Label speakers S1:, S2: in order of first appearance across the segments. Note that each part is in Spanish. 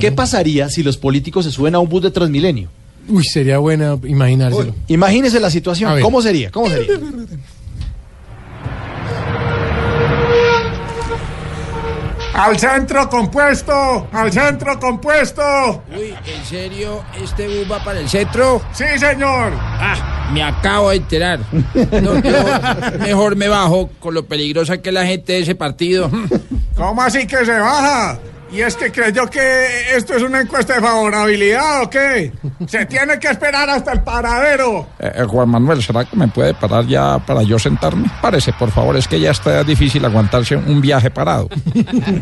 S1: ¿Qué pasaría si los políticos se suben a un bus de Transmilenio?
S2: Uy, sería buena imaginárselo.
S1: Imagínese la
S2: A
S1: situación.
S2: ver.
S1: ¿Cómo sería? ¿Cómo sería?
S3: Al centro compuesto, al centro compuesto.
S4: Uy, ¿en serio este bus va para el centro?
S3: Sí, señor.
S4: Ah, me acabo de enterar. No, yo mejor me bajo con lo peligrosa que es la gente de ese partido.
S3: ¿Cómo así que se baja? ¿Y es que creyó que esto es una encuesta de favorabilidad o qué? Se tiene que esperar hasta el paradero.
S5: Eh, eh, Juan Manuel, ¿será que me puede parar ya para yo sentarme? Parece, por favor, es que ya está difícil aguantarse un viaje parado.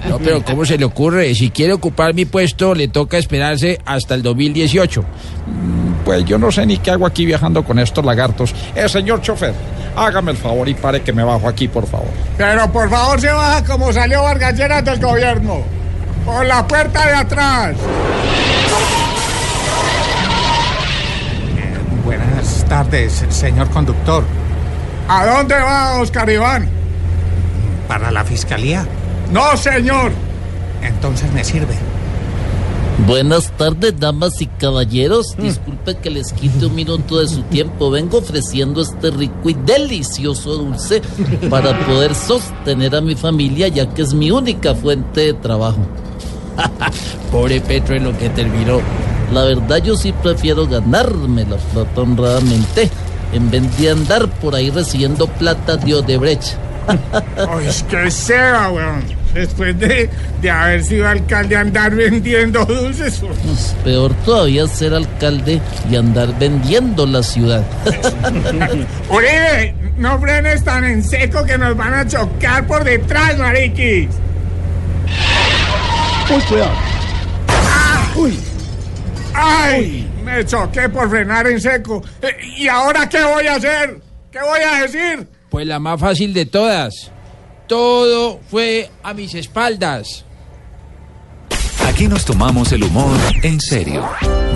S4: No, pero ¿cómo se le ocurre? Si quiere ocupar mi puesto, le toca esperarse hasta el 2018.
S5: Pues yo no sé ni qué hago aquí viajando con estos lagartos. Eh, señor chofer, hágame el favor y pare que me bajo aquí, por favor.
S3: Pero por favor se baja como salió Vargas Lleras del gobierno. Por la puerta de atrás.
S6: Eh,
S3: Buenas tardes, señor conductor. ¿A dónde va Oscar Iván?
S6: ¿Para la fiscalía?
S3: No, señor.
S6: Entonces me sirve.
S7: Buenas tardes, damas y caballeros. Disculpe que les quite un minuto de su tiempo. Vengo ofreciendo este rico y delicioso dulce para poder sostener a mi familia, ya que es mi única fuente de trabajo.
S4: Pobre Petro en lo que terminó.
S7: La verdad, yo sí prefiero ganarme la plata honradamente en vez de andar por ahí recibiendo plata de Odebrecht.
S3: Ay, es Pues que sea, weón. Después de, de haber sido alcalde andar vendiendo dulces.
S7: Peor todavía ser alcalde y andar vendiendo la ciudad.
S3: Uribe, no frenes tan en seco que nos van a chocar por detrás, mariquis.
S1: Uy, cuidado. Uy,
S3: Ah. ¡Ay! Me choqué por frenar en seco. Eh, ¿Y ahora qué voy a hacer? ¿Qué voy a decir?
S4: Pues la más fácil de todas. Todo fue a mis espaldas.
S8: Aquí nos tomamos el humor en serio.